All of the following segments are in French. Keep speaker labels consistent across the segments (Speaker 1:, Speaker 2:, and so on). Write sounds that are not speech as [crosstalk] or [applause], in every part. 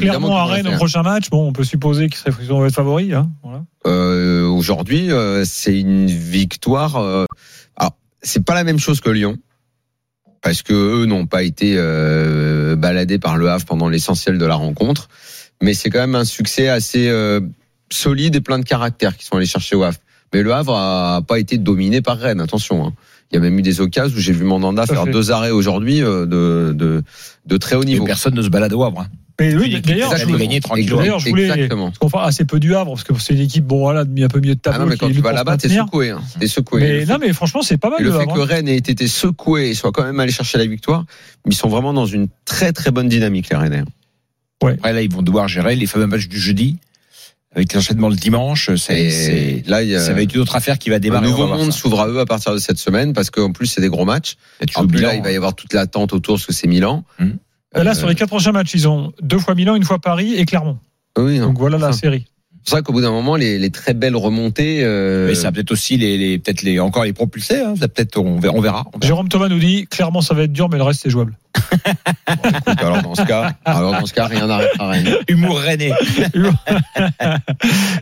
Speaker 1: Clermont à
Speaker 2: Évidemment qu'ils
Speaker 1: Rennes
Speaker 2: vont le
Speaker 1: au
Speaker 2: faire.
Speaker 1: prochain match. Bon, on peut supposer qu'ils seraient- qu'ils vont être favoris. Hein, voilà.
Speaker 2: Euh, Aujourd'hui, euh, c'est une victoire. euh, alors, c'est pas la même chose que Lyon, parce que eux n'ont pas été euh, baladés par le Havre pendant l'essentiel de la rencontre. Mais c'est quand même un succès assez euh, solide et plein de caractère qui sont allés chercher au Havre. Mais le Havre a pas été dominé par Rennes. Attention. hein. Il y a même eu des occasions où j'ai vu Mandanda
Speaker 1: Tout à
Speaker 2: faire
Speaker 1: fait.
Speaker 2: deux arrêts aujourd'hui euh, de, de de très haut
Speaker 3: Et
Speaker 2: niveau.
Speaker 3: personne ne se balade au Havre. hein.
Speaker 1: Mais oui,
Speaker 3: Une équipe
Speaker 1: d'ailleurs,
Speaker 3: qui
Speaker 1: je
Speaker 3: a
Speaker 1: voulais-
Speaker 3: gagné tranquillement.
Speaker 1: D'ailleurs, je voulais-
Speaker 2: Exactement.
Speaker 1: parce qu'on parle assez peu du Havre, parce que c'est une équipe, bon, voilà, demi- un peu mieux de
Speaker 2: Ah
Speaker 1: tableau.
Speaker 2: non, mais quand
Speaker 1: qui
Speaker 2: tu
Speaker 1: lutte
Speaker 2: vas
Speaker 1: pour se
Speaker 2: là-bas, t'es
Speaker 1: maintenir.
Speaker 2: secoué. hein. T'es secoué. Le
Speaker 1: Mais
Speaker 2: fait
Speaker 1: non, mais franchement, c'est pas mal
Speaker 2: Et
Speaker 1: le
Speaker 2: le fait
Speaker 1: Havre.
Speaker 2: que
Speaker 1: hein.
Speaker 2: Rennes ait été secoué et soit quand même allé chercher la victoire, ils sont vraiment dans une très très bonne dynamique, les Rennais.
Speaker 3: Après, là, ils vont devoir gérer les fameux matchs du jeudi avec l'enchaînement le dimanche. C'est,
Speaker 2: Et
Speaker 3: c'est-
Speaker 2: là, il y
Speaker 3: ça
Speaker 2: a
Speaker 3: va être une autre affaire qui va
Speaker 2: un
Speaker 3: démarrer.
Speaker 2: nouveau
Speaker 3: on va voir
Speaker 2: monde
Speaker 3: ça.
Speaker 2: s'ouvre à eux à partir de cette semaine parce qu'en plus, c'est des gros matchs.
Speaker 3: Et tu
Speaker 2: En
Speaker 3: joues
Speaker 2: plus,
Speaker 3: Milan,
Speaker 2: là, il va y
Speaker 3: hein.
Speaker 2: avoir toute l'attente autour parce que c'est Milan.
Speaker 3: Hum.
Speaker 1: hein. Là,
Speaker 2: Euh,
Speaker 1: sur les quatre prochains matchs, ils ont deux fois Milan, une fois Paris et Clermont.
Speaker 2: oui, non.
Speaker 1: Donc voilà la
Speaker 2: Ça.
Speaker 1: série.
Speaker 2: C'est pour ça qu'au bout d'un moment, les, les très belles remontées. euh,
Speaker 3: Mais ça va peut-être aussi les, les- peut-être les, encore les propulser. hein. Ça peut-être, on verra. On verra. on verra.
Speaker 1: Jérôme Thomas nous dit clairement, ça va être dur, mais le reste, c'est jouable.
Speaker 2: écoute, alors, dans ce cas, alors dans ce cas, rien n'arrêtera Rennes.
Speaker 3: Humour rennais.
Speaker 1: [laughs]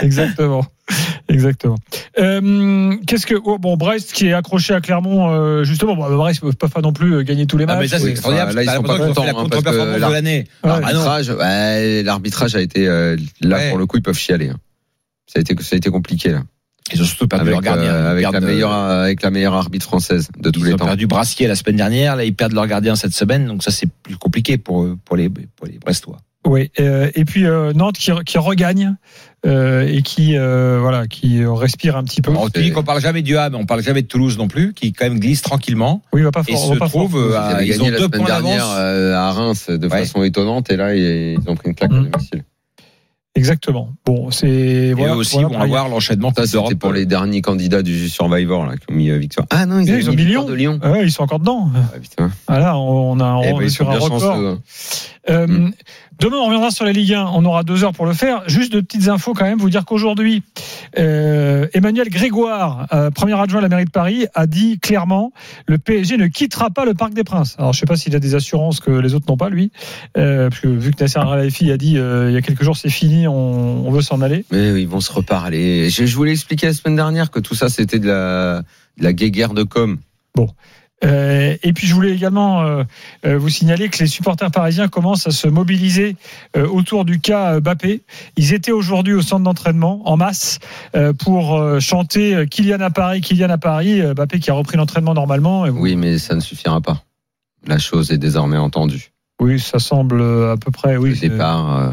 Speaker 1: Exactement. [laughs] Exactement. Euh, Qu'est-ce que. oh, bon, Brest qui est accroché à Clermont, euh, justement. Bon, Brest ne peuvent pas non plus euh, gagner tous les
Speaker 3: Ah, mais
Speaker 1: matchs.
Speaker 3: ça, c'est
Speaker 2: oui,
Speaker 3: extraordinaire.
Speaker 2: enfin,
Speaker 3: parce
Speaker 2: là,
Speaker 3: que
Speaker 2: ils sont pas
Speaker 3: t'as l'impression qu'ils ont fait
Speaker 2: contents, hein,
Speaker 3: la
Speaker 2: parce que
Speaker 3: contre-performance
Speaker 2: là-
Speaker 3: de l'année.
Speaker 1: Ouais.
Speaker 3: Ah non.
Speaker 2: L'arbitrage, ouais, l'arbitrage a été euh, là
Speaker 3: Ouais.
Speaker 2: pour le coup, ils peuvent chialer. hein. Ça a été ça a été compliqué là.
Speaker 3: Ils ont surtout perdu
Speaker 2: avec,
Speaker 3: leur gardien.
Speaker 2: euh,
Speaker 3: Ils
Speaker 2: avec la
Speaker 3: perdent,
Speaker 2: meilleure
Speaker 3: euh,
Speaker 2: avec la meilleure arbitre française de tous
Speaker 3: Ils
Speaker 2: les
Speaker 3: ont
Speaker 2: temps.
Speaker 3: perdu Brassier la semaine dernière. Là, ils perdent leur gardien cette semaine. Donc ça, c'est plus compliqué pour eux, pour les pour les Brestois.
Speaker 1: Oui, euh, et puis euh, Nantes qui, qui regagne euh, et qui euh, voilà qui respire un petit peu.
Speaker 3: On te dit qu'on parle jamais du Havre, on parle jamais de Toulouse non plus, qui quand même glisse tranquillement.
Speaker 1: Oui, il va pas
Speaker 3: Et
Speaker 1: fort. on
Speaker 3: se
Speaker 1: va pas
Speaker 3: trouve, euh,
Speaker 2: Ils
Speaker 3: à-
Speaker 2: avaient
Speaker 3: ils
Speaker 2: gagné
Speaker 3: ont
Speaker 2: la
Speaker 3: deux
Speaker 2: semaine
Speaker 3: points
Speaker 2: dernière
Speaker 3: d'avance.
Speaker 2: euh, à Reims de
Speaker 3: Ouais.
Speaker 2: façon étonnante et là ils ils ont pris une claque à
Speaker 1: Mm.
Speaker 2: domicile.
Speaker 1: Exactement. Bon, c'est
Speaker 3: Et
Speaker 1: voilà.
Speaker 3: eux aussi
Speaker 1: voilà
Speaker 3: vont
Speaker 1: pour
Speaker 3: avoir l'enchaînement
Speaker 2: Ça
Speaker 3: Coupe d'Europe.
Speaker 2: c'était pour les derniers candidats du Survivor là qui ont mis euh, victoire. Ah non, ils,
Speaker 1: Ils
Speaker 2: avaient
Speaker 1: ont
Speaker 2: mis
Speaker 1: mis
Speaker 2: victoire
Speaker 1: Lyon.
Speaker 2: de Lyon.
Speaker 1: Lyon. Ouais, ils sont encore dedans.
Speaker 2: Ah, putain.
Speaker 1: Ah là, on a on
Speaker 2: Eh ben,
Speaker 1: est
Speaker 2: ils
Speaker 1: sur
Speaker 2: sont
Speaker 1: un
Speaker 2: bien
Speaker 1: record.
Speaker 2: chanceux. hein.
Speaker 1: Euh,
Speaker 2: Mm.
Speaker 1: Demain, on reviendra sur la Ligue 1. On aura deux heures pour le faire. Juste de petites infos quand même. Vous dire qu'aujourd'hui, euh, Emmanuel Grégoire, euh, premier adjoint à la mairie de Paris, a dit clairement le PSG ne quittera pas le Parc des Princes. Alors, je sais pas s'il a des assurances que les autres n'ont pas, lui, euh, parce que vu que Nasser Al-Khelaifi a dit euh, il y a quelques jours c'est fini, on, on veut s'en aller.
Speaker 2: Mais oui, ils vont se reparler. Je, je vous l'ai expliqué la semaine dernière que tout ça c'était de la de la guéguerre de com.
Speaker 1: Euh, et puis je voulais également euh, euh, vous signaler que les supporters parisiens commencent à se mobiliser euh, autour du cas euh, Mbappé. Ils étaient aujourd'hui au centre d'entraînement en masse euh, pour euh, chanter euh, Kylian à Paris, Kylian à Paris. Euh, Mbappé qui a repris l'entraînement normalement. Et vous-
Speaker 2: Oui, mais ça ne suffira pas. La chose est désormais entendue.
Speaker 1: oui, ça semble euh, à peu près. Oui,
Speaker 2: Le
Speaker 1: c'est-
Speaker 2: départ euh,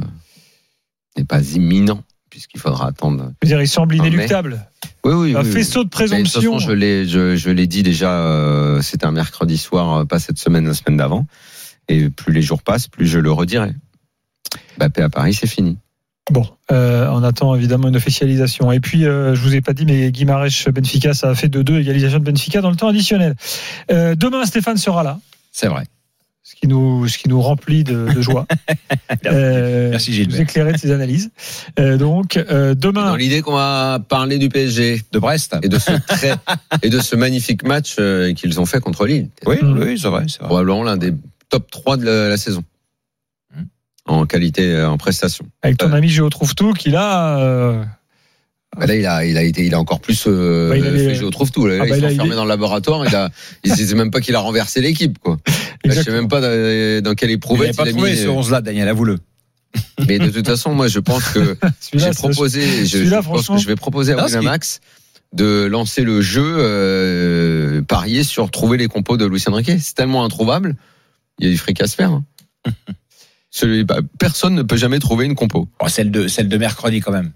Speaker 2: n'est pas imminent puisqu'il faudra attendre.
Speaker 1: je veux dire, il semble
Speaker 2: mai.
Speaker 1: inéluctable.
Speaker 2: Oui, oui.
Speaker 1: Un
Speaker 2: oui,
Speaker 1: faisceau de
Speaker 2: oui. Mais de toute
Speaker 1: présomption.
Speaker 2: façon, je l'ai, je, je l'ai dit déjà, euh, c'était un mercredi soir, euh, pas cette semaine, la semaine d'avant. Et plus les jours passent, plus je le redirai. Bappé à Paris, c'est fini.
Speaker 1: Bon, euh, on attend évidemment une officialisation. Et puis, euh, je vous ai pas dit, mais Guimarães Benfica, ça a fait 2-2 égalisation de Benfica dans le temps additionnel. Euh, demain, Stéphane sera là.
Speaker 3: C'est vrai.
Speaker 1: ce qui nous, ce qui nous remplit de, de joie. Euh,
Speaker 3: [laughs] Merci, Gilbert.
Speaker 1: Vous éclairer de ces analyses. Euh, donc, euh,
Speaker 2: Dans
Speaker 1: demain,
Speaker 2: l'idée qu'on va parler du PSG
Speaker 3: De Brest.
Speaker 2: et de ce [laughs] très, et de ce magnifique match euh, qu'ils ont fait contre Lille.
Speaker 3: Oui,
Speaker 1: Mm.
Speaker 3: oui, c'est vrai, c'est vrai.
Speaker 2: Probablement l'un des top 3 de la, la saison. Mmh.
Speaker 3: Mm.
Speaker 2: En qualité, euh, en prestation.
Speaker 1: avec ton ami Géo Trouve-Tout, qui là, euh,
Speaker 2: Bah là, il a, il a été, il a encore plus. Euh,
Speaker 1: Bah, il avait-
Speaker 2: fait jouer au trouve-tout. Là,
Speaker 1: Ah,
Speaker 2: il
Speaker 1: bah,
Speaker 2: s'est
Speaker 1: il a-
Speaker 2: enfermé dans le laboratoire.
Speaker 1: [laughs]
Speaker 2: Il a, il sait même pas qu'il a renversé l'équipe, quoi. Là, Bah, je sais
Speaker 1: exactement.
Speaker 2: même pas dans, dans quelle
Speaker 3: Vous n'avez
Speaker 2: éprouvette
Speaker 3: pas
Speaker 2: il a
Speaker 3: trouvé
Speaker 2: mis,
Speaker 3: ce
Speaker 2: euh,
Speaker 3: 11-là, Daniel, avoue-le.
Speaker 2: Mais de toute façon, moi, je pense
Speaker 3: [laughs]
Speaker 2: que
Speaker 1: Celui-là, c'est-
Speaker 2: j'ai proposé, je, je
Speaker 1: celui-là,
Speaker 2: pense
Speaker 1: franchement-
Speaker 2: que je vais proposer à
Speaker 3: Non, ce qui-
Speaker 2: Winamax de lancer le jeu euh, parier sur trouver les compos de Lucien Riquet. C'est tellement introuvable, il y a du fric à se faire.
Speaker 3: [laughs]
Speaker 2: hein. Celui- bah, personne ne peut jamais trouver une compo.
Speaker 3: Bon, Oh, celle, de, celle de mercredi, quand même.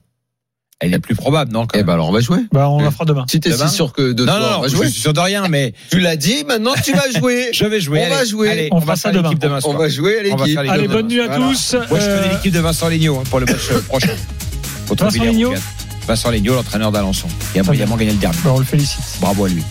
Speaker 3: Elle est plus probable, non quand
Speaker 2: Eh
Speaker 3: même.
Speaker 2: ben alors on va jouer.
Speaker 1: Bah, on la fera demain.
Speaker 2: Si t'es
Speaker 3: Demain
Speaker 2: si sûr que de
Speaker 3: Non,
Speaker 2: toi,
Speaker 3: non,
Speaker 2: on
Speaker 3: non,
Speaker 2: va
Speaker 3: je
Speaker 2: jouer.
Speaker 3: suis sûr de rien, mais
Speaker 2: Tu l'as dit, maintenant tu
Speaker 3: [laughs]
Speaker 2: vas jouer.
Speaker 3: je vais jouer.
Speaker 2: On
Speaker 3: Allez,
Speaker 2: va jouer.
Speaker 3: Allez,
Speaker 1: On
Speaker 3: on,
Speaker 1: fera
Speaker 3: va
Speaker 1: ça
Speaker 3: faire
Speaker 1: demain.
Speaker 3: l'équipe demain
Speaker 2: on
Speaker 3: soir.
Speaker 2: va jouer à
Speaker 3: On va
Speaker 2: l'équipe.
Speaker 3: faire les
Speaker 1: Allez,
Speaker 3: demain.
Speaker 1: bonne nuit à
Speaker 3: Voilà.
Speaker 1: tous.
Speaker 3: Moi, je
Speaker 1: Euh,
Speaker 3: connais l'équipe de Vincent Léniaud hein, pour le match euh, prochain. Contre
Speaker 1: Vincent
Speaker 3: Villarreal.
Speaker 1: Léniaud.
Speaker 3: Vincent Léniaud, l'entraîneur d'Alençon, qui a
Speaker 1: Très bien.
Speaker 3: brillamment gagné le dernier.
Speaker 1: Alors, bah, on le félicite.
Speaker 3: Bravo à lui.